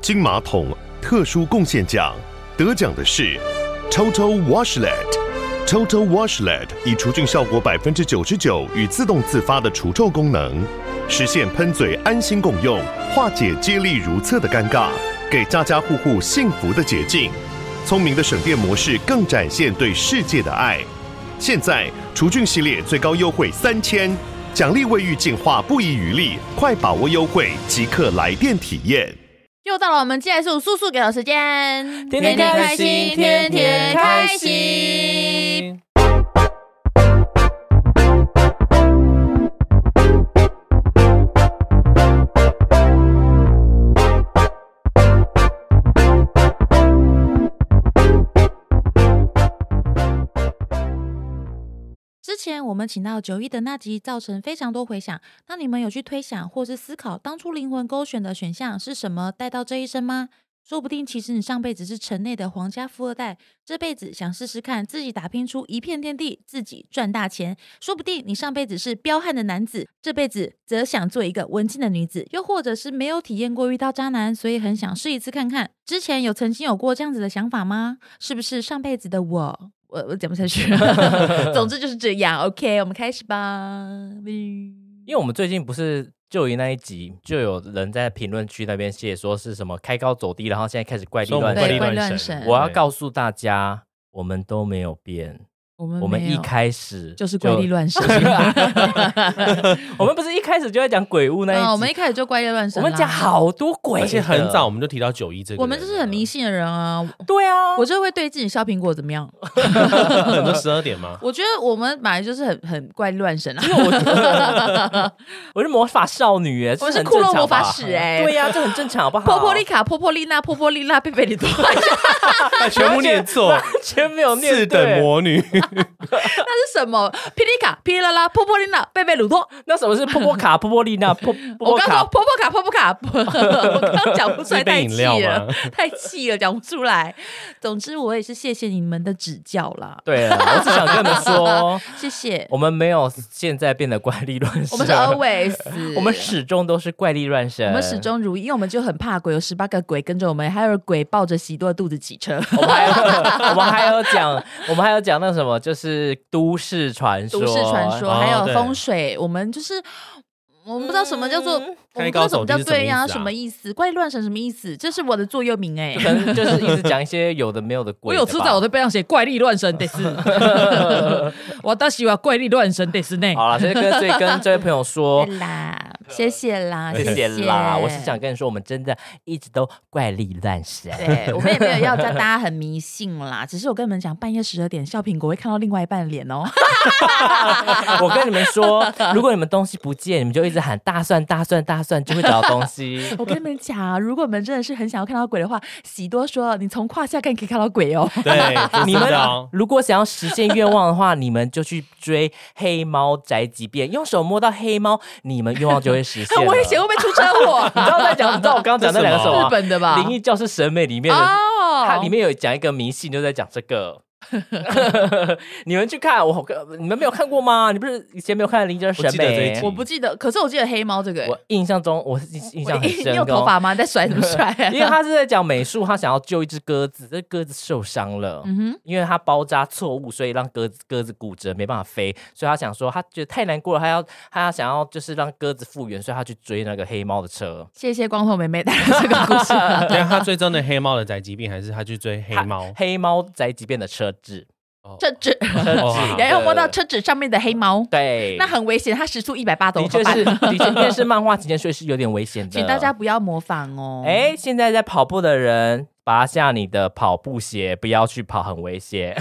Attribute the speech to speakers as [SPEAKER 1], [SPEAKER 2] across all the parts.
[SPEAKER 1] 金马桶特殊贡献奖，得奖的是 Toto Washlet。Toto Washlet 以除菌效果百分之九十九与自动自发的除臭功能，实现喷嘴安心共用，化解接力如厕的尴尬，给家家户户幸福的捷径。聪明的省电模式更展现对世界的爱。现在除菌系列最高优惠三千，奖励卫浴净化不遗余力，快把握优惠，即刻来电体验。
[SPEAKER 2] 又到了我们寄来素素素给的时间，
[SPEAKER 3] 天天开心，天天开。心。
[SPEAKER 2] 之前我们请到九一的那集，造成非常多回响。那你们有去推想或是思考当初灵魂勾选的选项是什么带到这一生吗？说不定其实你上辈子是城内的皇家富二代，这辈子想试试看自己打拼出一片天地，自己赚大钱。说不定你上辈子是彪悍的男子，这辈子则想做一个文静的女子，又或者是没有体验过遇到渣男，所以很想试一次看看。之前有曾经有过这样子的想法吗？是不是上辈子的我？我我讲不下去了， 总之就是这样。OK，我们开始吧。
[SPEAKER 3] 因为我们最近不是就有那一集，就有人在评论区那边写说是什么开高走低，然后现在开始怪力
[SPEAKER 4] 说我
[SPEAKER 3] 乱
[SPEAKER 4] 们
[SPEAKER 2] 怪
[SPEAKER 3] 神
[SPEAKER 2] 力
[SPEAKER 4] 力
[SPEAKER 2] 乱
[SPEAKER 4] 乱
[SPEAKER 2] 神
[SPEAKER 3] 我要告诉大家，我们都没有变，
[SPEAKER 2] 我们
[SPEAKER 3] 我们
[SPEAKER 2] 嗯没
[SPEAKER 3] 一
[SPEAKER 2] 有
[SPEAKER 3] 开始
[SPEAKER 2] 就是怪力乱 神
[SPEAKER 3] 啊我们不是一开始就在讲鬼屋 那一集，
[SPEAKER 2] 哦嗯我们一开始就怪力乱神啊
[SPEAKER 3] 我
[SPEAKER 2] 啦，
[SPEAKER 3] 们讲好多鬼的，
[SPEAKER 4] 而且很早我们就提到九一这个人了，
[SPEAKER 2] 我们就是很迷信的人啊。
[SPEAKER 3] 对啊，
[SPEAKER 2] 我就会对自己削苹果怎么 样？
[SPEAKER 4] 很多十二点吗？
[SPEAKER 2] 我觉得我们本来就是很很怪力乱神啊，
[SPEAKER 3] 我是魔法少女哎，
[SPEAKER 2] 我是
[SPEAKER 3] 很
[SPEAKER 2] 骷
[SPEAKER 3] 正
[SPEAKER 2] 髅
[SPEAKER 3] 常
[SPEAKER 2] 魔法
[SPEAKER 3] 吧
[SPEAKER 2] 使哎
[SPEAKER 3] 对呀，这很正常好不好？
[SPEAKER 2] 波波丽卡、波波丽娜、波波丽娜、贝贝 里多，那
[SPEAKER 4] 全部念错
[SPEAKER 3] 完，全没有念
[SPEAKER 4] 四
[SPEAKER 3] 对
[SPEAKER 4] 等魔 女，
[SPEAKER 2] 是什么？霹雳卡、霹雳啦啦、波波丽娜、贝贝鲁多。
[SPEAKER 3] 那什么是波波卡、波波丽 娜、波波
[SPEAKER 2] 我
[SPEAKER 3] 波
[SPEAKER 2] 刚说
[SPEAKER 3] 卡？
[SPEAKER 2] 波波卡、波波卡， 我刚讲不出来，
[SPEAKER 4] 是一杯
[SPEAKER 2] 太
[SPEAKER 4] 饮
[SPEAKER 2] 气
[SPEAKER 4] 料
[SPEAKER 2] 了
[SPEAKER 4] 吗，
[SPEAKER 2] 太气了，讲不出来。总之，我也是谢谢你们的指教啦，
[SPEAKER 3] 对了，我只想跟你们 说，
[SPEAKER 2] 谢谢。
[SPEAKER 3] 我们没有现在变得怪力乱神，
[SPEAKER 2] 我们是 always，
[SPEAKER 3] 我们始终都是怪力乱神，
[SPEAKER 2] 我们始终如一，因为我们就很怕鬼，有十八个鬼跟着我们，还有鬼抱着喜多的肚子骑车。
[SPEAKER 3] 我们还有 我们还有讲，我们还有讲那什么，就是都市传说，啊
[SPEAKER 2] 都市传说，
[SPEAKER 4] 哦
[SPEAKER 2] 还有
[SPEAKER 4] 对
[SPEAKER 2] 风水，我们就是我们不知道什么叫做，
[SPEAKER 3] 嗯
[SPEAKER 2] 我们不知
[SPEAKER 4] 开
[SPEAKER 2] 道
[SPEAKER 4] 高
[SPEAKER 2] 什么
[SPEAKER 4] 走
[SPEAKER 2] 叫
[SPEAKER 4] 低是什么
[SPEAKER 2] 对呀，
[SPEAKER 4] 意思啊
[SPEAKER 2] 什么意思？怪力乱神什么意思？这是我的座右铭哎
[SPEAKER 3] 就。可能就是一直讲一些有的没有的
[SPEAKER 2] 我
[SPEAKER 3] 鬼的吧。
[SPEAKER 2] 有吃到我的背上写“怪力乱神”得 是，我倒喜欢“怪力乱神”得是呢。
[SPEAKER 3] 好了，所以跟所以跟这位朋友说
[SPEAKER 2] 对。啦，谢谢啦，
[SPEAKER 3] 谢谢
[SPEAKER 2] 谢
[SPEAKER 3] 啦！我是想。跟你说，我们真的一直都怪力乱神。
[SPEAKER 2] 对，我们也没有要叫大家很迷信啦，只是我跟你们讲，半夜十二点笑苹果会看到另外一半的脸哦。。
[SPEAKER 3] 我跟你们说，如果你们东西不见，你们就一直喊大蒜、大蒜、大蒜，就会找到东西
[SPEAKER 2] 我跟你们讲啊，如果你们真的是很想要看到鬼的话，喜多说你从胯下看可以看到鬼哦。
[SPEAKER 4] 对，
[SPEAKER 3] 你
[SPEAKER 4] 知
[SPEAKER 3] 们
[SPEAKER 4] 道。
[SPEAKER 3] 如果想要实现愿望的话，你们就去追黑猫宅急便，用手摸到黑猫，你们愿望就会实现。
[SPEAKER 2] 很危险，会不会出车祸？ 啊
[SPEAKER 3] 你知道在讲，你知道我刚刚讲那两个什么
[SPEAKER 2] 日
[SPEAKER 3] 吗？
[SPEAKER 2] 本的吧？
[SPEAKER 3] 灵异教室审美》里面的，
[SPEAKER 2] 哦，
[SPEAKER 3] 它里面有讲一个迷信，就在讲这个。 你们去看，我你们没有看过吗？你不是以前没有看《灵异教室
[SPEAKER 4] 我
[SPEAKER 3] 审
[SPEAKER 4] 记得这
[SPEAKER 3] 美
[SPEAKER 4] 一》集
[SPEAKER 2] 我不记得，可是我记得黑猫这个、欸
[SPEAKER 3] 我印象中我是印象很
[SPEAKER 2] 你
[SPEAKER 3] 深
[SPEAKER 2] 你有
[SPEAKER 3] 哦
[SPEAKER 2] 头发吗？你在甩 什么甩、啊
[SPEAKER 3] 因为他是在讲美术，他想要救一只鸽子，这鸽子受伤了，
[SPEAKER 2] 嗯哼，
[SPEAKER 3] 因为他包扎错误，所以让鸽子鸽子骨折没办法飞，所以他想说他觉得太难过了，他要他想要就是让鸽子复原，所以他去追那个黑猫的车。
[SPEAKER 2] 谢谢光头妹妹带来这个故事。
[SPEAKER 4] 等一下他追踪的黑猫的宅急便，还是他去追黑猫
[SPEAKER 3] 他？黑猫宅急便的车子，
[SPEAKER 4] 哦
[SPEAKER 2] 车子，
[SPEAKER 4] 哦好
[SPEAKER 2] 然后摸到车子上面的黑猫，
[SPEAKER 3] 对，
[SPEAKER 2] 那很危险，它时速一百八怎
[SPEAKER 3] 的
[SPEAKER 2] 么
[SPEAKER 3] 确
[SPEAKER 2] 办？
[SPEAKER 3] 是，的确，因为是漫画情节，所以是有点危险的。
[SPEAKER 2] 请大家，不要模仿哦。
[SPEAKER 3] 哎，现在在跑步的人，拔下你的跑步鞋，不要去跑，很危险。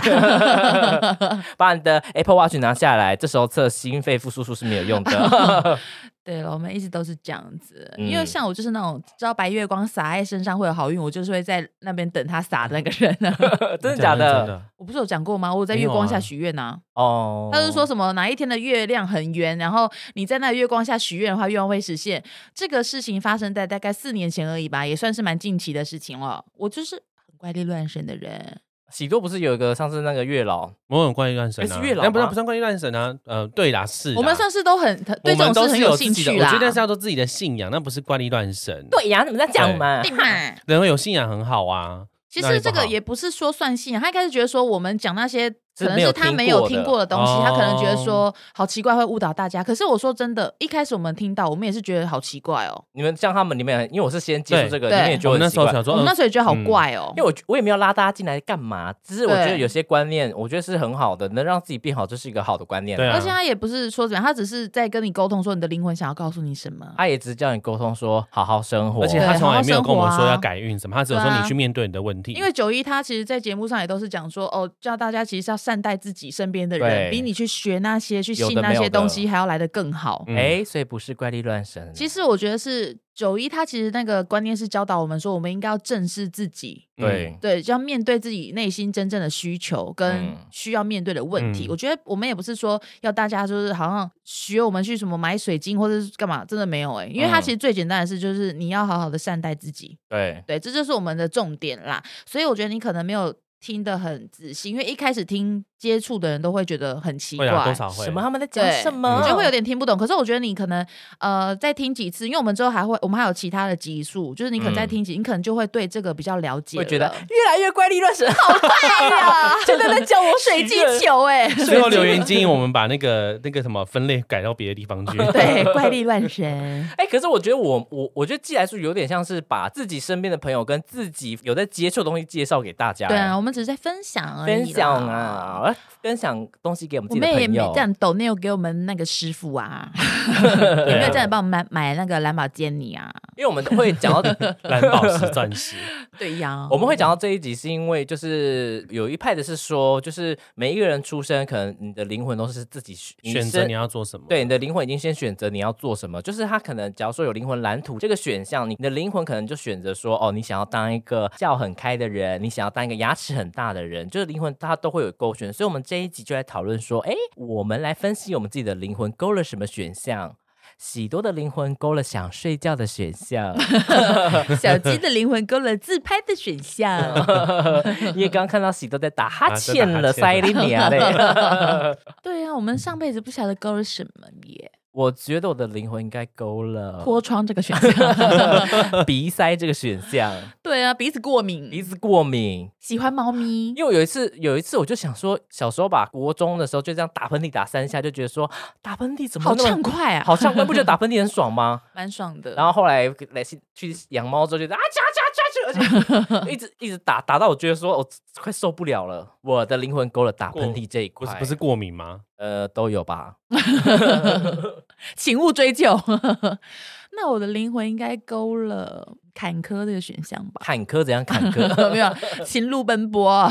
[SPEAKER 3] 把你的 Apple Watch 拿下来，这时候测心肺复苏术是没有用的。
[SPEAKER 2] 对了，我们一直都是这样子，
[SPEAKER 3] 嗯
[SPEAKER 2] 因为像我就是那种知道白月光洒在身上会有好运，我就是会在那边等它洒的那个人 啊。
[SPEAKER 3] 真的假
[SPEAKER 4] 真
[SPEAKER 3] 的？
[SPEAKER 4] 的，
[SPEAKER 2] 我不是有讲过吗？我有在月光下许愿啊。
[SPEAKER 3] 哦，
[SPEAKER 2] 他是说什么哪一天的月亮很圆，然后你在那个月光下许愿的话，愿望会实现。这个事情发生在大概四年前而已吧，也算是蛮近期的事情了。我就是很怪力乱神的人，
[SPEAKER 3] 喜多不是有一个上次那个月老，
[SPEAKER 4] 某种怪力乱神
[SPEAKER 3] 诶
[SPEAKER 4] 啊，
[SPEAKER 3] 哎是月老
[SPEAKER 4] 那不是
[SPEAKER 3] 吗
[SPEAKER 4] 不算怪力乱神啊，呃，对啦，是啦
[SPEAKER 2] 我们算是都很对
[SPEAKER 4] 我
[SPEAKER 2] 这种
[SPEAKER 4] 们都
[SPEAKER 2] 事
[SPEAKER 4] 是
[SPEAKER 2] 很
[SPEAKER 4] 有自
[SPEAKER 2] 兴
[SPEAKER 4] 己的，
[SPEAKER 2] 趣
[SPEAKER 4] 我
[SPEAKER 2] 啦。
[SPEAKER 4] 觉得那 叫做自己的信仰，那不是怪力乱神。，
[SPEAKER 3] 对呀，你们在讲嘛？
[SPEAKER 2] 对嘛
[SPEAKER 4] 人很有信仰很好啊。
[SPEAKER 2] 其
[SPEAKER 4] 那
[SPEAKER 2] 实
[SPEAKER 4] 也不
[SPEAKER 2] 这个
[SPEAKER 4] 好
[SPEAKER 2] 也不是说算信仰，他一开始觉得说我们讲那些可能
[SPEAKER 3] 没
[SPEAKER 2] 是
[SPEAKER 3] 有
[SPEAKER 2] 他
[SPEAKER 3] 听
[SPEAKER 2] 没有
[SPEAKER 3] 过
[SPEAKER 2] 听
[SPEAKER 3] 的
[SPEAKER 2] 过的东西，他可能觉得
[SPEAKER 4] 哦
[SPEAKER 2] 说好奇怪，会误导大家。可是我说真的，一开始我们听到，我们也是觉得好奇怪哦，
[SPEAKER 3] 你们像他们里面，因为我是先接触这个，你
[SPEAKER 2] 对
[SPEAKER 3] 们也觉
[SPEAKER 4] 我
[SPEAKER 3] 得
[SPEAKER 4] 们那
[SPEAKER 3] 很奇
[SPEAKER 4] 时候
[SPEAKER 3] 怪。
[SPEAKER 4] 想
[SPEAKER 2] 我
[SPEAKER 4] 说，
[SPEAKER 2] 们那
[SPEAKER 4] 嗯
[SPEAKER 2] 时候也觉得好
[SPEAKER 4] 嗯
[SPEAKER 2] 怪哦。
[SPEAKER 3] 因为我我也没有拉大家进来干嘛，只是我
[SPEAKER 2] 对
[SPEAKER 3] 觉得有些观念，我觉得是很好的，能让自己变好，这是一个好的观念。
[SPEAKER 4] 对啊
[SPEAKER 2] 而且他也不是说怎么样，他只是在跟你沟通，说你的灵魂想要告诉你什么。
[SPEAKER 3] 他也只是叫你沟通说好好生活，
[SPEAKER 4] 而且他从来没有跟我们
[SPEAKER 2] 对好好生活
[SPEAKER 4] 说
[SPEAKER 2] 啊
[SPEAKER 4] 要改运什么，他只有
[SPEAKER 2] 对啊
[SPEAKER 4] 说你去面对你的问题。
[SPEAKER 2] 因为九一他其实，在节目上也都是讲说，哦，叫大家其实要善待自己身边的人，
[SPEAKER 3] 对
[SPEAKER 2] 比你去学那些、去
[SPEAKER 3] 有
[SPEAKER 2] 信
[SPEAKER 3] 的
[SPEAKER 2] 那
[SPEAKER 3] 没
[SPEAKER 2] 些
[SPEAKER 3] 有
[SPEAKER 2] 东
[SPEAKER 3] 的
[SPEAKER 2] 西还要来得更好。
[SPEAKER 4] 嗯
[SPEAKER 3] 哎、所以不是怪力乱神。
[SPEAKER 2] 其实我觉得是九一，他其实那个观念是教导我们说，我们应该要正视自己，
[SPEAKER 3] 嗯对，
[SPEAKER 2] 对，就要面对自己内心真正的需求跟
[SPEAKER 3] 嗯
[SPEAKER 2] 需要面对的问题。
[SPEAKER 4] 嗯
[SPEAKER 2] 我觉得我们也不是说要大家就是好像学我们去什么买水晶或者是干嘛，真的没有哎、因为它
[SPEAKER 3] 嗯
[SPEAKER 2] 其实最简单的事就是你要好好的善待自己，
[SPEAKER 3] 对，
[SPEAKER 2] 对，这就是我们的重点啦。所以我觉得你可能没有听得很仔细，因为一开始听接触的人都会觉得很奇
[SPEAKER 4] 会
[SPEAKER 2] 怪，
[SPEAKER 4] 啊，多少嗯会
[SPEAKER 3] 什 么他们在讲
[SPEAKER 2] 对
[SPEAKER 3] 什么，
[SPEAKER 2] 你就会有点听不懂。可是我觉得你可能呃再听几次，因为我们之后还会，我们还有其他的集数，就是你可能再
[SPEAKER 3] 嗯
[SPEAKER 2] 听几，你可能就会对这个比较了解了。
[SPEAKER 3] 会觉得越来越怪力乱神。 好，
[SPEAKER 2] 哎呀，
[SPEAKER 3] 真的在叫我
[SPEAKER 2] 水晶球 哎、
[SPEAKER 4] 最后留言建议我们把那个 那个什么分类改到别的地方去。
[SPEAKER 2] 对，怪力乱神。
[SPEAKER 3] 哎、可是我觉得我我我觉得寄来书有点像是把自己身边的朋友跟自己有在接触的东西介绍给大家、 欸
[SPEAKER 2] 对啊，我们只是在分享而已。
[SPEAKER 3] 分享！啊，分享东西给我们
[SPEAKER 2] 我
[SPEAKER 3] 自己
[SPEAKER 2] 们
[SPEAKER 3] 的
[SPEAKER 2] 也
[SPEAKER 3] 朋
[SPEAKER 2] 没
[SPEAKER 3] 友
[SPEAKER 2] 这。样抖，那有给我们那个师傅 啊，有没有这样帮我们买买那个蓝宝坚尼啊？
[SPEAKER 3] 因为我们会讲到，
[SPEAKER 4] 蓝宝石、钻石，
[SPEAKER 2] 对呀、
[SPEAKER 3] 我们会讲到这一集，是因为就是有一派的是说，就是每一个人出生，可能你的灵魂都是自己
[SPEAKER 4] 选择你要做什么？
[SPEAKER 3] 对，你的灵魂已经先选择你要做什么，就是他可能，假如说有灵魂蓝图这个选项，你你的灵魂可能就选择说，哦，你想要当一个笑很开的人，你想要当一个牙齿很大的人，就是灵魂它都会有勾选，所以我们这一集就来讨论说，哎，我们来分析我们自己的灵魂勾了什么选项。喜多的灵魂勾了想睡觉的选 项，
[SPEAKER 2] 小鸡的灵魂勾了自拍的选项。
[SPEAKER 3] 因为刚刚看到喜多在打哈
[SPEAKER 4] 啊在打
[SPEAKER 3] 欠
[SPEAKER 4] 哈
[SPEAKER 3] 了，
[SPEAKER 4] 欠
[SPEAKER 3] 塞琳尼 亚嘞。
[SPEAKER 2] 对啊，我们上辈子不晓得勾了什么耶，
[SPEAKER 3] 我觉得我的灵魂应该勾 了
[SPEAKER 2] 脱窗这个选项。
[SPEAKER 3] 鼻塞这个选项，
[SPEAKER 2] 对啊，鼻子过敏，
[SPEAKER 3] 鼻子过敏，
[SPEAKER 2] 喜欢猫咪。
[SPEAKER 3] 因为我有一次，有一次我就想说，小时候吧，国中的时候就这样打喷嚏打三下，就觉得说打喷嚏怎么
[SPEAKER 2] 好
[SPEAKER 3] 那么
[SPEAKER 2] 畅快啊，
[SPEAKER 3] 好畅快，不觉 得打喷嚏很爽吗？
[SPEAKER 2] 蛮爽的。
[SPEAKER 3] 然后后来来去去养猫之后，觉得啊加加加加，而且一直一直打打到我觉得说我快受不了了，我的灵魂勾了打喷嚏这一
[SPEAKER 4] 不是
[SPEAKER 3] 块，
[SPEAKER 4] 不是过敏吗？
[SPEAKER 3] 呃都有吧？
[SPEAKER 2] 请勿追究。 那我的灵魂应该勾了坎坷这个选项吧？
[SPEAKER 3] 坎坷怎样坎坷？
[SPEAKER 2] 有没有情路奔波，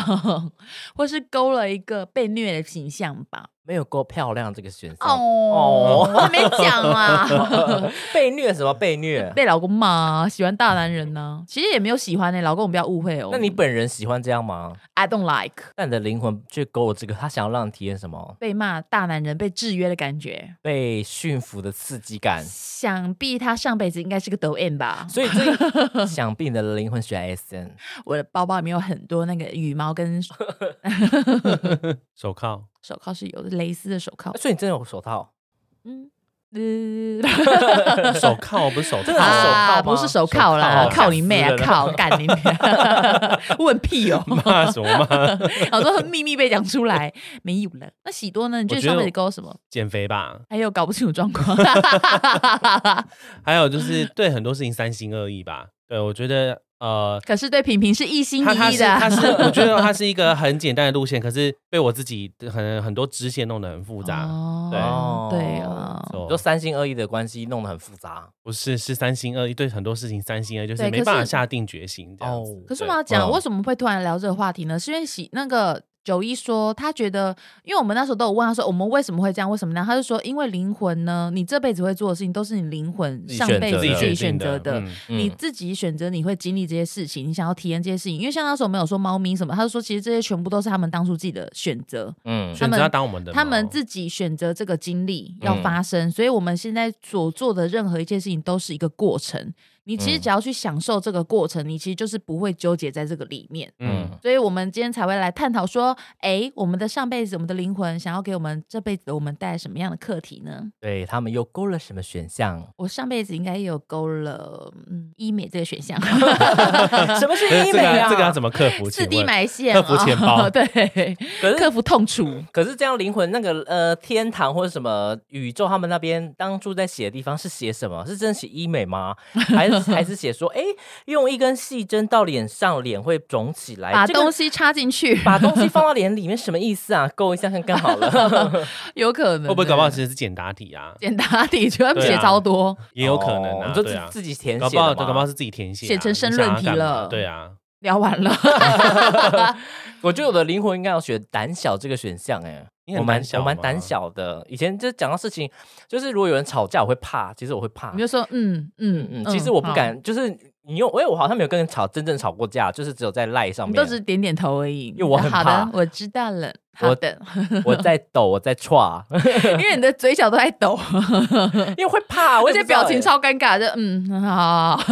[SPEAKER 2] 或是勾了一个被虐的形象吧？
[SPEAKER 3] 没有够漂亮这个选项
[SPEAKER 2] 哦，我还没讲 啊。
[SPEAKER 3] 被虐什么被虐？
[SPEAKER 2] 被老公骂啊，喜欢大男人呢、其实也没有喜欢呢、老公我们不要误会哦。
[SPEAKER 3] 那你本人喜欢这样吗？
[SPEAKER 2] I don't like
[SPEAKER 3] 但你的灵魂却勾了这个，他想要让你体验什么？
[SPEAKER 2] 被骂大男人被制约的感觉，
[SPEAKER 3] 被驯服的刺激感。
[SPEAKER 2] 想必他上辈子应该是个抖 M 吧。
[SPEAKER 3] 所以 这想必你的灵魂选 S N，
[SPEAKER 2] 我的包包里面有很多那个羽毛跟
[SPEAKER 4] 手铐，
[SPEAKER 2] 手铐是有的，蕾丝的手铐。
[SPEAKER 3] 所以你真的有手 套，
[SPEAKER 2] 嗯。呃
[SPEAKER 4] 手铐不是手
[SPEAKER 3] 真的是手
[SPEAKER 4] 铐，
[SPEAKER 2] 啊
[SPEAKER 3] 铐吗
[SPEAKER 2] 不是手铐啦
[SPEAKER 3] 手铐，
[SPEAKER 2] 铐你妹啊！
[SPEAKER 3] 吓死人
[SPEAKER 2] 铐干你妹！问屁哦！
[SPEAKER 4] 骂什么骂？
[SPEAKER 2] 好多秘密被讲出来，没有了。那喜多呢？你觉得
[SPEAKER 4] 我觉得
[SPEAKER 2] 上辈子勾什么？
[SPEAKER 4] 减肥吧。
[SPEAKER 2] 还有搞不清楚状况。
[SPEAKER 4] 还有就是对很多事情三心二意吧。对，我觉得呃，
[SPEAKER 2] 可是对平平是一心
[SPEAKER 4] 他他
[SPEAKER 2] 一意
[SPEAKER 4] 是
[SPEAKER 2] 的啊，
[SPEAKER 4] 他是，我觉得他是一个很简单的路线，可是被我自己很很多支线弄得很复杂。
[SPEAKER 2] 哦对啊。
[SPEAKER 4] So，
[SPEAKER 3] 你说三心二意的关系弄得很复杂
[SPEAKER 4] 不是是三心二意，对很多事情三心二意，就是
[SPEAKER 2] 对可
[SPEAKER 4] 没
[SPEAKER 2] 是
[SPEAKER 4] 办法下定决心这
[SPEAKER 3] 哦
[SPEAKER 4] 样子。
[SPEAKER 2] 哦可是
[SPEAKER 4] 对
[SPEAKER 2] 我要讲，
[SPEAKER 4] 嗯
[SPEAKER 2] 为什么会突然聊这个话题呢？是因为喜那个九一说，他觉得，因为我们那时候都有问他说，我们为什么会这样，为什么呢？他就说，因为灵魂呢，你这辈子会做的事情都是你灵魂
[SPEAKER 3] 自己
[SPEAKER 2] 上
[SPEAKER 3] 选
[SPEAKER 2] 辈
[SPEAKER 3] 择
[SPEAKER 2] 子
[SPEAKER 3] 的
[SPEAKER 2] 自
[SPEAKER 3] 自
[SPEAKER 2] 己
[SPEAKER 4] 己
[SPEAKER 2] 选择的。
[SPEAKER 4] 嗯
[SPEAKER 3] 嗯
[SPEAKER 2] 你自己选择你会经历这些事情，你想要体验这些事情，因为像那时候我们有说猫咪什么，他就说其实这些全部都是他们当初自己的选择，
[SPEAKER 3] 嗯
[SPEAKER 2] 他
[SPEAKER 4] 选
[SPEAKER 2] 们
[SPEAKER 4] 择要当我们的嗯
[SPEAKER 2] 他们
[SPEAKER 4] 猫
[SPEAKER 2] 自己选择这个经历要发生，所以我们现在所做的任何一件事情都是一个过程。你其实
[SPEAKER 3] 嗯
[SPEAKER 2] 只要去享受这个过程，你其实就是不会纠结在这个里面。
[SPEAKER 4] 嗯，
[SPEAKER 2] 所以，我们今天才会来探讨说，哎，我们的上辈子，我们的灵魂，想要给我们这辈子的我们带来什么样的课题呢？？
[SPEAKER 3] 对他们又勾了什么选项
[SPEAKER 2] 我上辈子应该也有勾了，嗯，医美这个选项，
[SPEAKER 3] 什么是医
[SPEAKER 4] 这
[SPEAKER 3] 美
[SPEAKER 4] 个
[SPEAKER 3] 啊？
[SPEAKER 4] 这个要怎么克服？
[SPEAKER 2] 四
[SPEAKER 4] 请
[SPEAKER 2] D
[SPEAKER 4] 问
[SPEAKER 2] 埋线，哦
[SPEAKER 4] 克服钱包
[SPEAKER 2] 对，
[SPEAKER 3] 可是
[SPEAKER 2] 克服痛楚。
[SPEAKER 3] 可是这样灵魂那个呃天堂或者什么宇宙，他们那边当初在写的地方是写什么？是真的写医美吗？还是还是写说，哎、用一根细针到脸上，脸会肿起
[SPEAKER 4] 哎
[SPEAKER 3] 来？
[SPEAKER 2] 把
[SPEAKER 3] 这个
[SPEAKER 2] 东西插进去，
[SPEAKER 3] 把东西放到脸里面什么意思啊？勾一下看看好了。
[SPEAKER 2] 有可能
[SPEAKER 4] 会不会搞不好
[SPEAKER 2] 对
[SPEAKER 4] 其实是简答题啊？
[SPEAKER 2] 简答题，觉得他们
[SPEAKER 4] 对
[SPEAKER 2] 写
[SPEAKER 4] 啊
[SPEAKER 2] 超多，
[SPEAKER 4] 也有可能
[SPEAKER 3] 哦
[SPEAKER 4] 啊，
[SPEAKER 3] 你就
[SPEAKER 4] 对啊
[SPEAKER 3] 自，自己填写
[SPEAKER 4] 搞
[SPEAKER 3] 的
[SPEAKER 4] 不好
[SPEAKER 3] 嘛。
[SPEAKER 4] 搞不好是自己填写啊，
[SPEAKER 2] 写成申
[SPEAKER 4] 你想要
[SPEAKER 2] 论题
[SPEAKER 4] 干嘛
[SPEAKER 2] 了
[SPEAKER 4] 对啊，
[SPEAKER 2] 聊完了，
[SPEAKER 3] 我觉得我的灵魂应该要选胆小这个选项哎、
[SPEAKER 4] 你很
[SPEAKER 3] 我蛮
[SPEAKER 4] 胆小
[SPEAKER 3] 我蛮
[SPEAKER 4] 吗
[SPEAKER 3] 胆小的。以前就讲到事情，就是如果有人吵架，我会怕。其实我会怕
[SPEAKER 2] 你。就说嗯
[SPEAKER 3] 嗯
[SPEAKER 2] 嗯
[SPEAKER 3] 嗯，其实我不，敢，就是你用，哎，我好像没有跟人吵，真正吵过架，就是只有在赖
[SPEAKER 2] 好
[SPEAKER 3] 上
[SPEAKER 2] 你
[SPEAKER 3] 面。
[SPEAKER 2] 都只是点点头而已。
[SPEAKER 3] 因为我
[SPEAKER 2] 你说
[SPEAKER 3] 很
[SPEAKER 2] 好
[SPEAKER 3] 怕
[SPEAKER 2] 的，我知道了。
[SPEAKER 3] 我
[SPEAKER 2] 好 的，
[SPEAKER 3] 我在抖，我 在 歘，
[SPEAKER 2] 因为你的嘴角都在抖，
[SPEAKER 3] 因为会怕， 我
[SPEAKER 2] 而
[SPEAKER 3] 也
[SPEAKER 2] 且
[SPEAKER 3] 不知道
[SPEAKER 2] 表情。超尴尬，就嗯，好，好好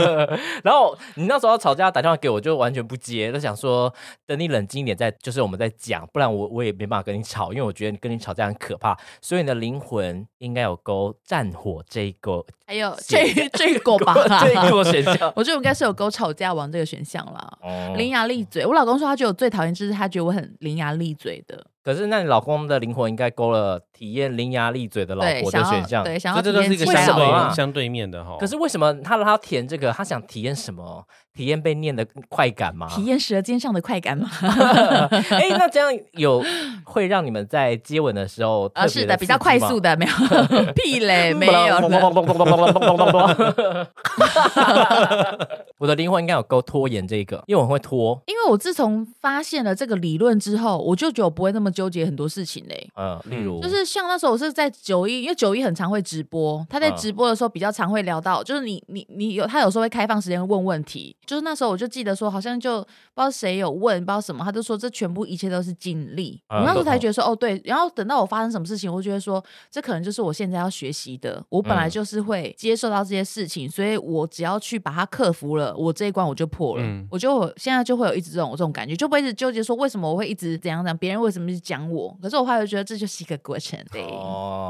[SPEAKER 3] 然后你那时候吵架打电话给我，就完全不接，就想说等你冷静一点再，就是我们再讲，不然我我也没办法跟你吵，因为我觉得跟你吵架很可怕。所以你的灵魂应该有勾战火这一 勾，
[SPEAKER 2] 还有
[SPEAKER 3] 谢，
[SPEAKER 2] 这这个吧
[SPEAKER 3] 这一勾选项。
[SPEAKER 2] 我觉得我应该是有勾吵架王这个选项啦。
[SPEAKER 3] 哦
[SPEAKER 2] 伶牙俐嘴，我老公说他觉得我最讨厌就是他觉得我很伶牙俐嘴的，
[SPEAKER 3] 可是那你老公的灵魂应该勾了体验伶牙俐嘴的老
[SPEAKER 2] 对，
[SPEAKER 3] 婆
[SPEAKER 2] 想
[SPEAKER 3] 的
[SPEAKER 2] 要
[SPEAKER 3] 选 项。
[SPEAKER 2] 对，想要
[SPEAKER 4] 这
[SPEAKER 2] 体
[SPEAKER 4] 这都
[SPEAKER 2] 验
[SPEAKER 4] 是一个
[SPEAKER 2] 亲
[SPEAKER 3] 为
[SPEAKER 4] 相
[SPEAKER 3] 什么
[SPEAKER 4] 对
[SPEAKER 3] 啊
[SPEAKER 4] 面相对面的哈。
[SPEAKER 3] 可是为什么他让他填这个？他想体验什么？体验被念的快感吗？
[SPEAKER 2] 体验舌尖上的快感嘛。
[SPEAKER 3] 哎、那这样有会让你们在接吻的时候
[SPEAKER 2] 啊，是的，比较快速
[SPEAKER 3] 的
[SPEAKER 2] 的， 没有 屁
[SPEAKER 4] 哎
[SPEAKER 2] 嘞，没有了。
[SPEAKER 3] 我的灵魂应该有勾拖延这个，因为我很会拖。
[SPEAKER 2] 因为我自从发现了这个理论之后，我就觉得我不会那么纠结很多事情嘞、
[SPEAKER 3] 嗯，例如
[SPEAKER 2] 就是像那时候我是在九一，因为九一很常会直播，他在
[SPEAKER 3] 嗯
[SPEAKER 2] 直播的时候比较常会聊到，就是你你你有他有时候会开放时间问问题，就是那时候我就记得说好像就不知道谁有问，不知道什么，他就说这全部一切都是经历，
[SPEAKER 3] 嗯
[SPEAKER 2] 我那时候才觉得说哦对，然后等到我发生什么事情，我就觉得说这可能就是我现在要学习的，我本来
[SPEAKER 3] 嗯
[SPEAKER 2] 就是会接受到这些事情，所以我只要去把它克服了，我这一关我就破了，
[SPEAKER 4] 嗯
[SPEAKER 2] 我就有现在就会有一直这种这种感觉，就不会一直纠结说为什么我会一直怎样怎样，别人为什么一直讲我，可是我后来就觉得这就是一个过程，对。我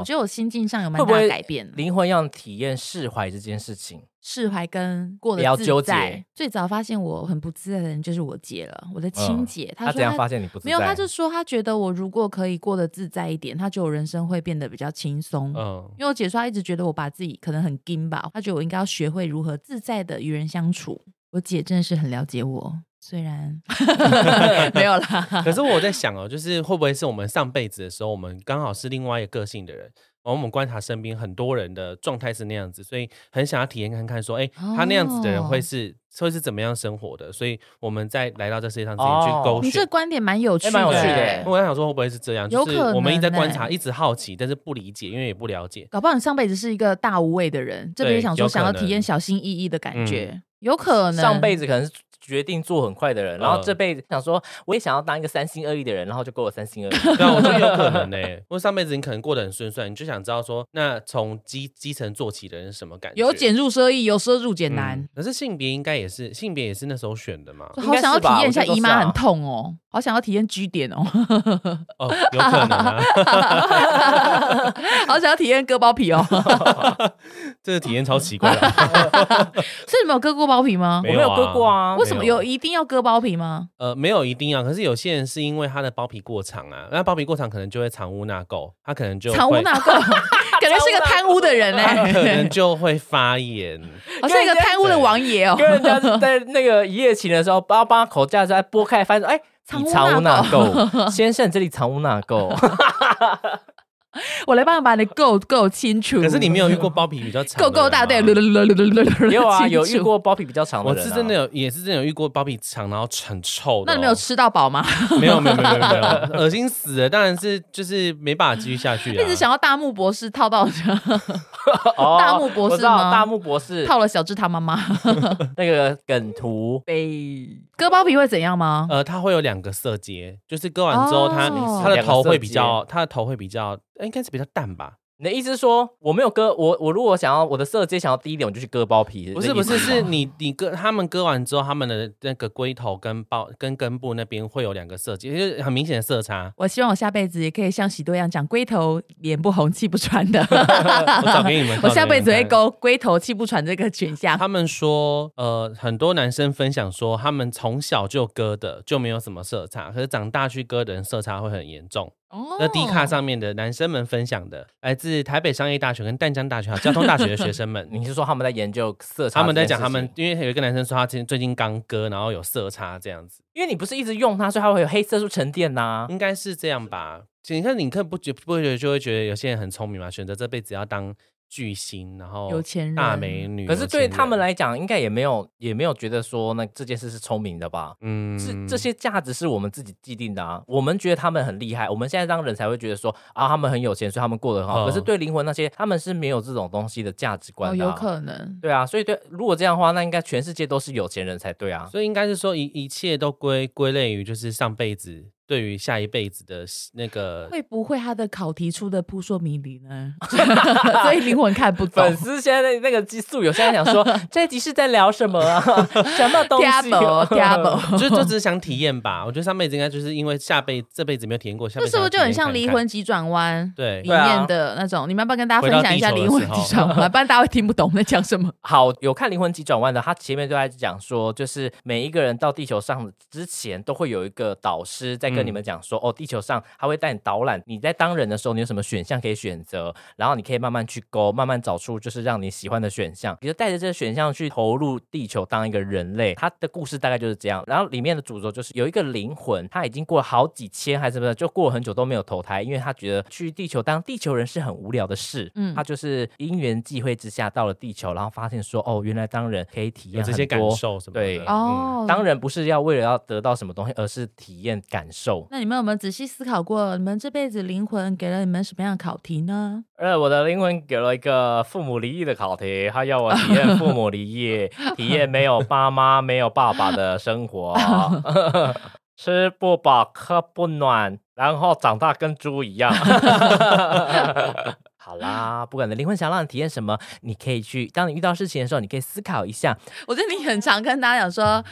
[SPEAKER 3] 哦，
[SPEAKER 2] 觉得我心境上有蛮
[SPEAKER 3] 会不
[SPEAKER 2] 大
[SPEAKER 3] 会
[SPEAKER 2] 的改变，
[SPEAKER 3] 灵魂要体验释怀这件事情。
[SPEAKER 2] 释怀跟过
[SPEAKER 3] 不要
[SPEAKER 2] 得自
[SPEAKER 3] 纠
[SPEAKER 2] 在
[SPEAKER 3] 结。
[SPEAKER 2] 最早发现我很不自在的人就是我姐了，我的亲
[SPEAKER 3] 嗯
[SPEAKER 2] 姐。她
[SPEAKER 3] 他
[SPEAKER 2] 说
[SPEAKER 3] 怎样发现你不自在？
[SPEAKER 2] 没有，她就说她觉得我如果可以过得自在一点，她觉得我人生会变得比较轻松。
[SPEAKER 4] 嗯，
[SPEAKER 2] 因为我姐说她一直觉得我把自己可能很硬吧，她觉得我应该要学会如何自在的与人相处。我姐真的是很了解我，虽 然没有啦，
[SPEAKER 4] 可是我在想哦，就是会不会是我们上辈子的时候，我们刚好是另外一个个性的人，然后我们观察身边很多人的状态是那样子，所以很想要体验看看说，哎、他那样子的人会
[SPEAKER 2] 哦
[SPEAKER 4] 是、会是怎么样生活的？所以我们在来到这世界上之前去
[SPEAKER 3] 哦
[SPEAKER 4] 勾
[SPEAKER 2] 你这
[SPEAKER 4] 选。
[SPEAKER 2] 观点蛮有趣
[SPEAKER 3] 哎蛮有趣的
[SPEAKER 2] 欸
[SPEAKER 3] 欸
[SPEAKER 4] 我在想说会不会是这样，
[SPEAKER 2] 有
[SPEAKER 4] 就是
[SPEAKER 2] 可
[SPEAKER 4] 我们一直在
[SPEAKER 2] 能
[SPEAKER 4] 观
[SPEAKER 2] 欸
[SPEAKER 4] 察，一直好奇，但是不理解，因为也不了解。
[SPEAKER 2] 搞不好你上辈子是一个大无畏的人，这辈子
[SPEAKER 4] 对
[SPEAKER 2] 想说
[SPEAKER 4] 有
[SPEAKER 2] 想要
[SPEAKER 4] 可能
[SPEAKER 2] 体验小心翼翼的感觉，有可能
[SPEAKER 3] 嗯上辈子可能是决定做很快的人，然后
[SPEAKER 4] 嗯
[SPEAKER 3] 这辈子想说我也想要当一个三心二意的人，然后就勾了三心二意。
[SPEAKER 4] 对啊，我觉得有可能呢、 因为上辈子你可能过得很顺遂，你就想知道说，那从基基层做起的人是什么感觉？
[SPEAKER 2] 由俭入奢易，由奢入俭难
[SPEAKER 4] 嗯。可是性别应该也是性别也是那时候选的 嘛？
[SPEAKER 2] 就
[SPEAKER 3] 应
[SPEAKER 2] 好
[SPEAKER 3] 该
[SPEAKER 2] 想要
[SPEAKER 3] 是
[SPEAKER 2] 体
[SPEAKER 3] 吧
[SPEAKER 2] 验一下
[SPEAKER 3] 我觉得都
[SPEAKER 2] 姨
[SPEAKER 3] 是
[SPEAKER 2] 妈
[SPEAKER 3] 啊
[SPEAKER 2] 很痛哦，好想要体验 G 点哦，
[SPEAKER 4] 哦，有可能啊，
[SPEAKER 2] 好想要体验割包皮哦。
[SPEAKER 4] 这个体验超奇怪的。
[SPEAKER 2] 所以你们有割过包皮吗
[SPEAKER 3] 我？
[SPEAKER 4] 没
[SPEAKER 3] 没
[SPEAKER 4] 有啊
[SPEAKER 3] 有割过啊，
[SPEAKER 2] 为什么
[SPEAKER 4] 没有
[SPEAKER 2] 有一定要割包皮吗？
[SPEAKER 4] 呃，没有一定啊，可是有些人是因为他的包皮过长啊，那包皮过长可能就会藏污纳垢，他可能就
[SPEAKER 2] 藏污
[SPEAKER 4] 会
[SPEAKER 2] 纳垢，感觉是个贪污的人
[SPEAKER 4] 他 可能
[SPEAKER 2] 哎，
[SPEAKER 4] 就会发 炎。
[SPEAKER 2] 好像一个贪污的王爷哦。
[SPEAKER 3] 跟人家是在那个一夜情的时候，帮帮他口架在拨开，发现哎，
[SPEAKER 2] 藏
[SPEAKER 3] 你
[SPEAKER 2] 污
[SPEAKER 3] 藏污
[SPEAKER 2] 纳
[SPEAKER 3] 纳垢，先生这里藏污纳垢，
[SPEAKER 2] 我来帮你把你够够清楚。
[SPEAKER 4] 可是你没有遇过包皮比较长
[SPEAKER 2] 够
[SPEAKER 4] 的人吗，
[SPEAKER 2] 够大队，噜噜噜噜噜噜 噜噜
[SPEAKER 3] 也有啊，有
[SPEAKER 2] 清
[SPEAKER 3] 遇
[SPEAKER 2] 楚。
[SPEAKER 3] 过包皮比较长的
[SPEAKER 4] 我
[SPEAKER 3] 人啊，
[SPEAKER 4] 是真的有，也是真的有遇过包皮长，然后很臭的哦。
[SPEAKER 2] 那你们有吃到饱吗？
[SPEAKER 4] 没有？没有没有没有 没有，恶心死了！当然是就是没办法继续下去 啊。
[SPEAKER 2] 一直想要大木博士套到
[SPEAKER 3] 哦
[SPEAKER 2] 大木博士
[SPEAKER 3] 我知道
[SPEAKER 2] 吗
[SPEAKER 3] 大木博士
[SPEAKER 2] 套了小智他妈妈。
[SPEAKER 3] 那个梗图，
[SPEAKER 2] 被割包皮会怎样吗？
[SPEAKER 4] 呃，它会有两个色阶，就是割完之后，它
[SPEAKER 2] 哦
[SPEAKER 4] 它的
[SPEAKER 3] 两个
[SPEAKER 4] 头
[SPEAKER 3] 色
[SPEAKER 4] 会比
[SPEAKER 3] 阶
[SPEAKER 4] 较，它的头会比较，呃应该是比较淡吧，
[SPEAKER 3] 你的意思是说我没有割我我如果想要我的色阶想要低一点，我就去割包皮？
[SPEAKER 4] 不
[SPEAKER 3] 这
[SPEAKER 4] 是
[SPEAKER 3] 意
[SPEAKER 4] 不
[SPEAKER 3] 思
[SPEAKER 4] 是，
[SPEAKER 3] 吗，
[SPEAKER 4] 是你你割他们割完之后，他们的那个龟头跟包跟根部那边会有两个色阶，就是很明显的 色差。
[SPEAKER 2] 我希望我下辈子也可以像喜多一样讲龟头脸不红气不喘的。
[SPEAKER 4] 我找给你们看，
[SPEAKER 2] 我下辈子
[SPEAKER 4] 找给
[SPEAKER 2] 会
[SPEAKER 4] 你们看。
[SPEAKER 2] 勾龟头气不喘这个选项。
[SPEAKER 4] 他们说，呃，很多男生分享说，他们从小就割的就没有什么色差，可是长大去割的人色差会很严重。
[SPEAKER 5] 哦
[SPEAKER 4] 那 D 卡上面的男生们分享的，来自台北商业大学跟淡江大学还有交通大学的学生们
[SPEAKER 3] 你是说他们在研究色差？
[SPEAKER 4] 他们在讲他们，，因为有一个男生说他最近最近刚割，然后有色差这样子，
[SPEAKER 3] 因为你不是一直用它，所以它会有黑色素沉淀呐、
[SPEAKER 4] 应该是这样吧？你看，你看不觉不会觉得就会觉得有些人很聪明嘛，选择这辈子要当巨星，然后
[SPEAKER 2] 有钱人
[SPEAKER 4] 大美女，
[SPEAKER 3] 可是对他们
[SPEAKER 4] 有钱人，
[SPEAKER 3] 来讲，应该也没有也没有觉得说那这件事是聪明的吧？
[SPEAKER 4] 嗯
[SPEAKER 3] 是这些价值是我们自己既定的啊，我们觉得他们很厉害，我们现在当人才会觉得说啊，他们很有钱，所以他们过得很好。
[SPEAKER 4] 嗯
[SPEAKER 3] 可是对灵魂那些，他们是没有这种东西的价值观
[SPEAKER 2] 哦，
[SPEAKER 3] 的、啊
[SPEAKER 2] 有可能。
[SPEAKER 3] 对啊，所以对，如果这样的话，那应该全世界都是有钱人才对啊。
[SPEAKER 4] 所以应该是说一一切都归归类于就是上辈子对于下一辈子的那个
[SPEAKER 2] 会不会他的考题出的扑朔迷离呢？ 所以灵魂看不懂
[SPEAKER 3] 粉。丝现在那个激素有，现在 想说这一集是在聊什么啊？ 什么东西？哦
[SPEAKER 2] Diablo Diablo，
[SPEAKER 4] 就就只是想体验吧，我觉得上辈子应该就是因为下辈这辈子没有体验过，下辈
[SPEAKER 2] 这是
[SPEAKER 4] 子
[SPEAKER 2] 不是就很
[SPEAKER 4] 想
[SPEAKER 2] 像
[SPEAKER 4] 要体
[SPEAKER 2] 离
[SPEAKER 4] 验
[SPEAKER 2] 婚急转弯？
[SPEAKER 4] 看看？
[SPEAKER 2] 里
[SPEAKER 4] 对，
[SPEAKER 3] 对啊
[SPEAKER 2] 面的那种，你们要不要跟大家分享一下
[SPEAKER 4] 回
[SPEAKER 2] 离
[SPEAKER 4] 到地球的
[SPEAKER 2] 婚
[SPEAKER 4] 时候
[SPEAKER 2] 急转 弯？不然大家会听不懂我们在讲什么。
[SPEAKER 3] 好，有看《灵魂急转弯》的，他前面就在讲说，就是每一个人到地球上之前，都会有一个导师在跟你们讲说，哦，地球上他会带你导览，你在当人的时候，你有什么选项可以选择，然后你可以慢慢去勾，慢慢找出就是让你喜欢的选项，你就带着这个选项去投入地球当一个人类。他的故事大概就是这样，然后里面的主轴就是有一个灵魂，他已经过了好几千还是什么的，就过了很久都没有投胎，因为他觉得去地球当地球人是很无聊的事，
[SPEAKER 2] 嗯
[SPEAKER 3] 嗯，他就是因缘际会之下到了地球，然后发现说，哦，原来当人可以体
[SPEAKER 4] 有
[SPEAKER 3] 验
[SPEAKER 4] 这
[SPEAKER 3] 很
[SPEAKER 4] 些感
[SPEAKER 3] 多。
[SPEAKER 4] 受什么的
[SPEAKER 3] 对嗯
[SPEAKER 2] 哦，
[SPEAKER 3] 当然不是要为了要得到什么东西，而是体验感受。
[SPEAKER 2] 那你们有没有仔细思考过，你们这辈子灵魂给了你们什么样的考题呢？
[SPEAKER 3] 呃，我的灵魂给了一个父母离异的考题，他 要我体验父母离异，体验没有爸妈、没有爸爸的生活， 吃不饱、喝不暖，然后长大跟猪一样。 好啦，不管你的灵魂想让你体验什么，你可以去。当你遇到事情的时候，你可以思考一下，
[SPEAKER 2] 我觉得你很常跟大家讲说，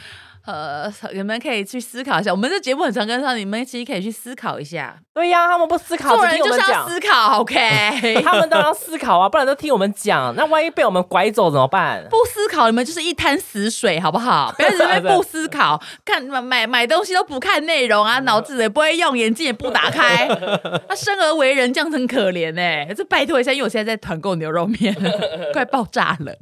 [SPEAKER 2] 呃，你们可以去思考一下。我们这节目很常跟说，你们其实可以去思考一下，
[SPEAKER 3] 对呀、他们不思考，
[SPEAKER 2] 做
[SPEAKER 3] 只
[SPEAKER 2] 人
[SPEAKER 3] 听我
[SPEAKER 2] 就
[SPEAKER 3] 们
[SPEAKER 2] 是要
[SPEAKER 3] 讲。
[SPEAKER 2] 思考，OK？
[SPEAKER 3] 他们当然要思考啊，不然都听我们讲。那万一被我们拐走怎么办？
[SPEAKER 2] 不思考，你们就是一滩死水，好不好？不要在那边不思考，看买买东西都不看内容啊，脑子也不会用，眼睛也不打开。那生而为人这样子很可怜哎、这拜托一下，因为我现在在团购牛肉面，快爆炸了。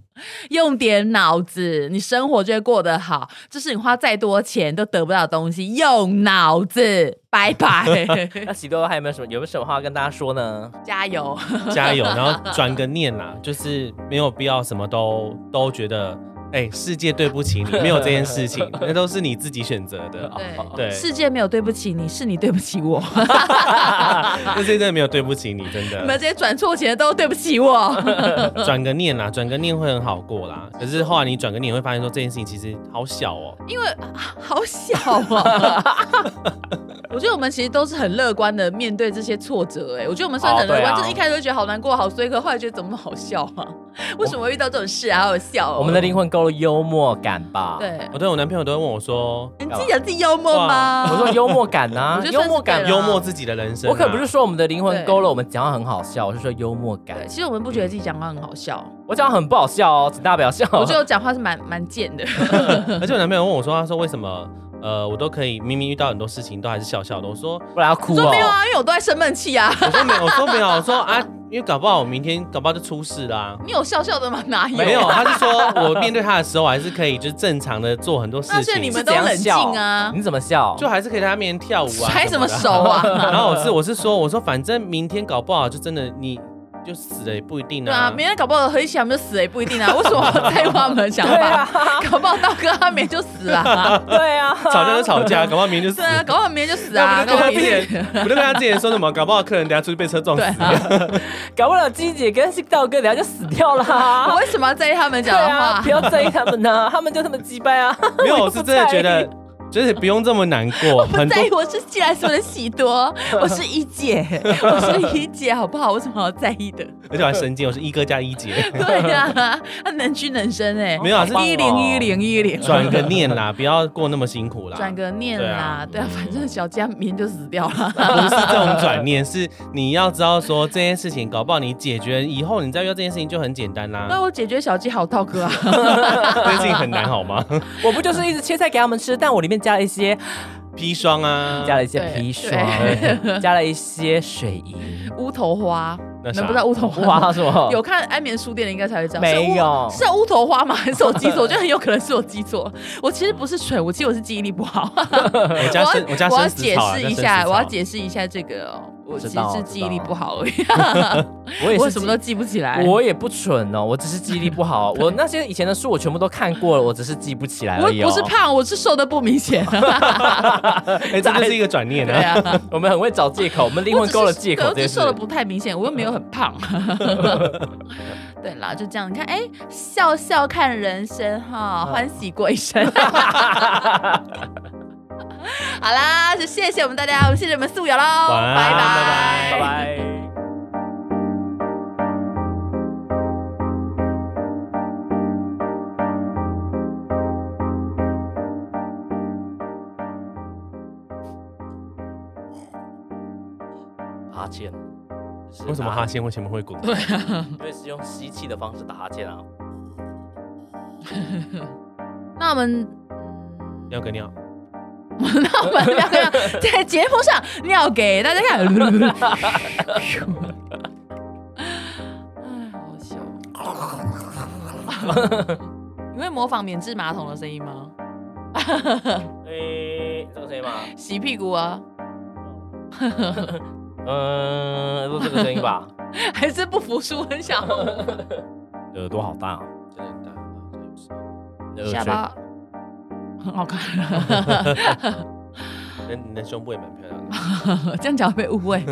[SPEAKER 2] 用点脑子，你生活就会过得好。就是你花再多钱都得不到的东西，用脑子，拜拜，
[SPEAKER 3] 那喜多还有没有什么有没有什么话要跟大家说呢？
[SPEAKER 2] 加油！
[SPEAKER 4] 加油，然后转个念啦，就是没有必要什么都都觉得，哎、世界对不起你，没有这件事情，那都是你自己选择 的。
[SPEAKER 2] 对，
[SPEAKER 4] 对，
[SPEAKER 2] 世界没有对不起你，是你对不起我。
[SPEAKER 4] 那世界真的没有对不起你，真
[SPEAKER 2] 你们
[SPEAKER 4] 的。
[SPEAKER 2] 这些转错钱的都对不起我。
[SPEAKER 4] 转个念啦，转个念会很好过啦。可是后来你转个念，你会发现说这件事情其实好小哦、
[SPEAKER 2] 因为啊好小哦。 我觉得我们其实都是很乐观的面对这些挫折、哎，我觉得我们算是很乐观，
[SPEAKER 3] 哦对啊
[SPEAKER 2] 就是一开始会觉得好难过、好衰，可后来觉得怎么那么好笑啊？为什么会遇到这种事啊？好好笑、哦。
[SPEAKER 3] 我们的灵魂勾了幽默感吧？，
[SPEAKER 2] 对，
[SPEAKER 4] 我对我男朋友都会问我说，
[SPEAKER 2] 你自己讲自己幽默吗？
[SPEAKER 3] 我说幽默感啊
[SPEAKER 2] 我，觉得
[SPEAKER 3] 幽
[SPEAKER 2] 算是
[SPEAKER 3] 默
[SPEAKER 2] 对。
[SPEAKER 3] 感
[SPEAKER 2] 啦
[SPEAKER 4] 幽默自己的人生啊、
[SPEAKER 3] 我可不是说我们的灵魂勾了，我们讲话很好笑，我是说幽默
[SPEAKER 2] 对，
[SPEAKER 3] 感。
[SPEAKER 2] 其实我们不觉得自己讲话很好笑，
[SPEAKER 3] 我讲话很不好笑哦，请大家不要笑。
[SPEAKER 2] 我觉得我讲话是蛮蛮贱的。
[SPEAKER 4] 而且我男朋友问我说，他说为什么呃我都可以明明遇到很多事情都还是笑笑的，我说
[SPEAKER 3] 不然要哭
[SPEAKER 2] 我说没有
[SPEAKER 3] 哦。
[SPEAKER 2] 啊，因为我都在生闷气啊。
[SPEAKER 4] 我说没有，我说没有，我说啊，因为搞不好我明天搞不好就出事啦、
[SPEAKER 2] 你有笑笑的吗？ 哪有？啊
[SPEAKER 4] 没有，啊他是说我面对他的时候，我还是可以就是正常的做很多事
[SPEAKER 2] 那所以
[SPEAKER 4] 情，
[SPEAKER 2] 你
[SPEAKER 3] 是
[SPEAKER 2] 们
[SPEAKER 3] 怎样
[SPEAKER 2] 都冷
[SPEAKER 3] 笑
[SPEAKER 2] 静啊
[SPEAKER 3] 你怎么笑？
[SPEAKER 4] 就还是可以在他面前跳舞 啊，
[SPEAKER 2] 拍什么
[SPEAKER 4] 的
[SPEAKER 2] 手？啊？
[SPEAKER 4] 然后我是我是说，我说反正明天搞不好就真的你就死了也不一定
[SPEAKER 2] 对啊，
[SPEAKER 4] 啊。
[SPEAKER 2] 明天搞不好很想就死了也不一定啊。为什么我在乎他们的想法？搞不好到哥他明天就死了、啊。
[SPEAKER 3] 对啊，
[SPEAKER 4] 吵架就吵架，搞不好明天就死
[SPEAKER 2] 对。啊，搞不好明天就死
[SPEAKER 4] 那
[SPEAKER 2] 啊。
[SPEAKER 4] 不就
[SPEAKER 2] 搞不好
[SPEAKER 4] 跟他
[SPEAKER 2] 明
[SPEAKER 4] 之
[SPEAKER 2] 天
[SPEAKER 4] 前，不就跟他之前说什么？搞不好客人等下出去被车撞死
[SPEAKER 2] 对。啊，
[SPEAKER 3] 搞不了鸡姐跟信道哥等下就死掉 了
[SPEAKER 2] 我
[SPEAKER 3] 啊。
[SPEAKER 2] 为什么要在意他们
[SPEAKER 3] 对
[SPEAKER 2] 讲的
[SPEAKER 3] 啊，
[SPEAKER 2] 话
[SPEAKER 3] 不？要在意他们呢，他们就这么鸡掰啊。
[SPEAKER 4] 没有，我是真的觉得就是不用这么难过。
[SPEAKER 2] 不
[SPEAKER 4] 很多
[SPEAKER 2] 在 意我是既然说的喜多，我是一姐，我是一姐，好不好？我怎么好在意的？
[SPEAKER 4] 而且我还神经，我是一哥加一姐，
[SPEAKER 2] 对啊，他能屈能伸哎、
[SPEAKER 4] 没有啊，是
[SPEAKER 2] 一零一零一零，
[SPEAKER 4] 转个念啦，不要过那么辛苦啦。
[SPEAKER 2] 转个念啦，对啊，反正小佳明天就死掉
[SPEAKER 4] 不
[SPEAKER 2] 了。
[SPEAKER 4] 是这种转念，是你要知道说这件事情，搞不好你解决以后，你再遇到这件事情就很简 单
[SPEAKER 2] 那
[SPEAKER 4] 啦。
[SPEAKER 2] 我解决小鸡好套哥啊，
[SPEAKER 4] 这件事情很难好吗？
[SPEAKER 3] 我不就是一直切菜给他们吃，但我里面加了一些，
[SPEAKER 4] 砒霜啊，
[SPEAKER 3] 加了一些
[SPEAKER 2] 对
[SPEAKER 3] 砒霜，
[SPEAKER 2] 对
[SPEAKER 3] 加了一些 水银，
[SPEAKER 2] 乌头花，
[SPEAKER 4] 那
[SPEAKER 2] 能
[SPEAKER 4] 啥
[SPEAKER 2] 不知道乌头花吗？
[SPEAKER 3] 哇，什么？
[SPEAKER 2] 有看安眠书店的应该才会知道，
[SPEAKER 3] 没有
[SPEAKER 2] 是乌是乌头花吗？还是我记错？我觉得很有可能是我记错。我其实不是蠢，我其实我是记忆力不好。
[SPEAKER 4] 我
[SPEAKER 2] 我
[SPEAKER 4] 家
[SPEAKER 2] 要
[SPEAKER 4] 生我家
[SPEAKER 2] 我要
[SPEAKER 4] 生死
[SPEAKER 2] 解
[SPEAKER 4] 草啊
[SPEAKER 2] 释
[SPEAKER 4] 家
[SPEAKER 2] 一
[SPEAKER 4] 生
[SPEAKER 2] 下，
[SPEAKER 4] 死
[SPEAKER 2] 我要
[SPEAKER 4] 草
[SPEAKER 2] 解释一下这个哦，我其
[SPEAKER 3] 知
[SPEAKER 2] 实
[SPEAKER 3] 道
[SPEAKER 2] 是
[SPEAKER 3] 知
[SPEAKER 2] 记忆力
[SPEAKER 3] 道
[SPEAKER 2] 不 好而已，
[SPEAKER 3] 我也
[SPEAKER 2] 我
[SPEAKER 3] 是
[SPEAKER 2] 什么都记不起来。
[SPEAKER 3] 我也不蠢哦，我只是记忆力不 好。我那些以前的书我全部都看过了，我只是记不起来
[SPEAKER 2] 我
[SPEAKER 3] 而已、哦。
[SPEAKER 2] 不是，胖，我是瘦的不明显。啊
[SPEAKER 4] 哎，这就是一个转 念
[SPEAKER 2] 对
[SPEAKER 4] 啊。
[SPEAKER 2] 啊，
[SPEAKER 3] 我们很会找借口， 我们灵
[SPEAKER 2] 我
[SPEAKER 3] 魂
[SPEAKER 2] 只
[SPEAKER 3] 勾了
[SPEAKER 2] 是
[SPEAKER 3] 借
[SPEAKER 2] 对
[SPEAKER 3] 口
[SPEAKER 2] 我
[SPEAKER 3] 这
[SPEAKER 2] 只
[SPEAKER 3] 件事
[SPEAKER 2] 瘦。的不太明显，我又没有很胖。 对啦，就这样，你看，哎，笑笑看人生哈，
[SPEAKER 3] 嗯
[SPEAKER 2] 欢喜过一 生。好啦，就谢谢我们大家，我们谢谢我们素瑶喽，
[SPEAKER 4] 晚安
[SPEAKER 2] 拜
[SPEAKER 3] 拜
[SPEAKER 4] 拜
[SPEAKER 3] 拜。哈欠，是
[SPEAKER 4] 为什么
[SPEAKER 3] 打
[SPEAKER 4] 哈？欠为什么会滚？
[SPEAKER 3] 因为是用吸气的方式打哈欠啊。
[SPEAKER 2] 那我们。
[SPEAKER 4] 尿个尿，
[SPEAKER 2] 那 我们不要看在节目上尿给大家看。哎，好笑。你会模仿免治马桶的声音吗？
[SPEAKER 3] 诶、这个声音吗？
[SPEAKER 2] 洗屁股啊，
[SPEAKER 3] 哦 嗯，是这个声音 吧。
[SPEAKER 2] 还是不服输？很想
[SPEAKER 3] 耳朵好大啊！
[SPEAKER 4] 真的很
[SPEAKER 2] 下
[SPEAKER 4] 大。
[SPEAKER 2] 巴很好看，
[SPEAKER 4] 那你的胸部也蛮漂亮的。
[SPEAKER 2] 这样讲会被误会。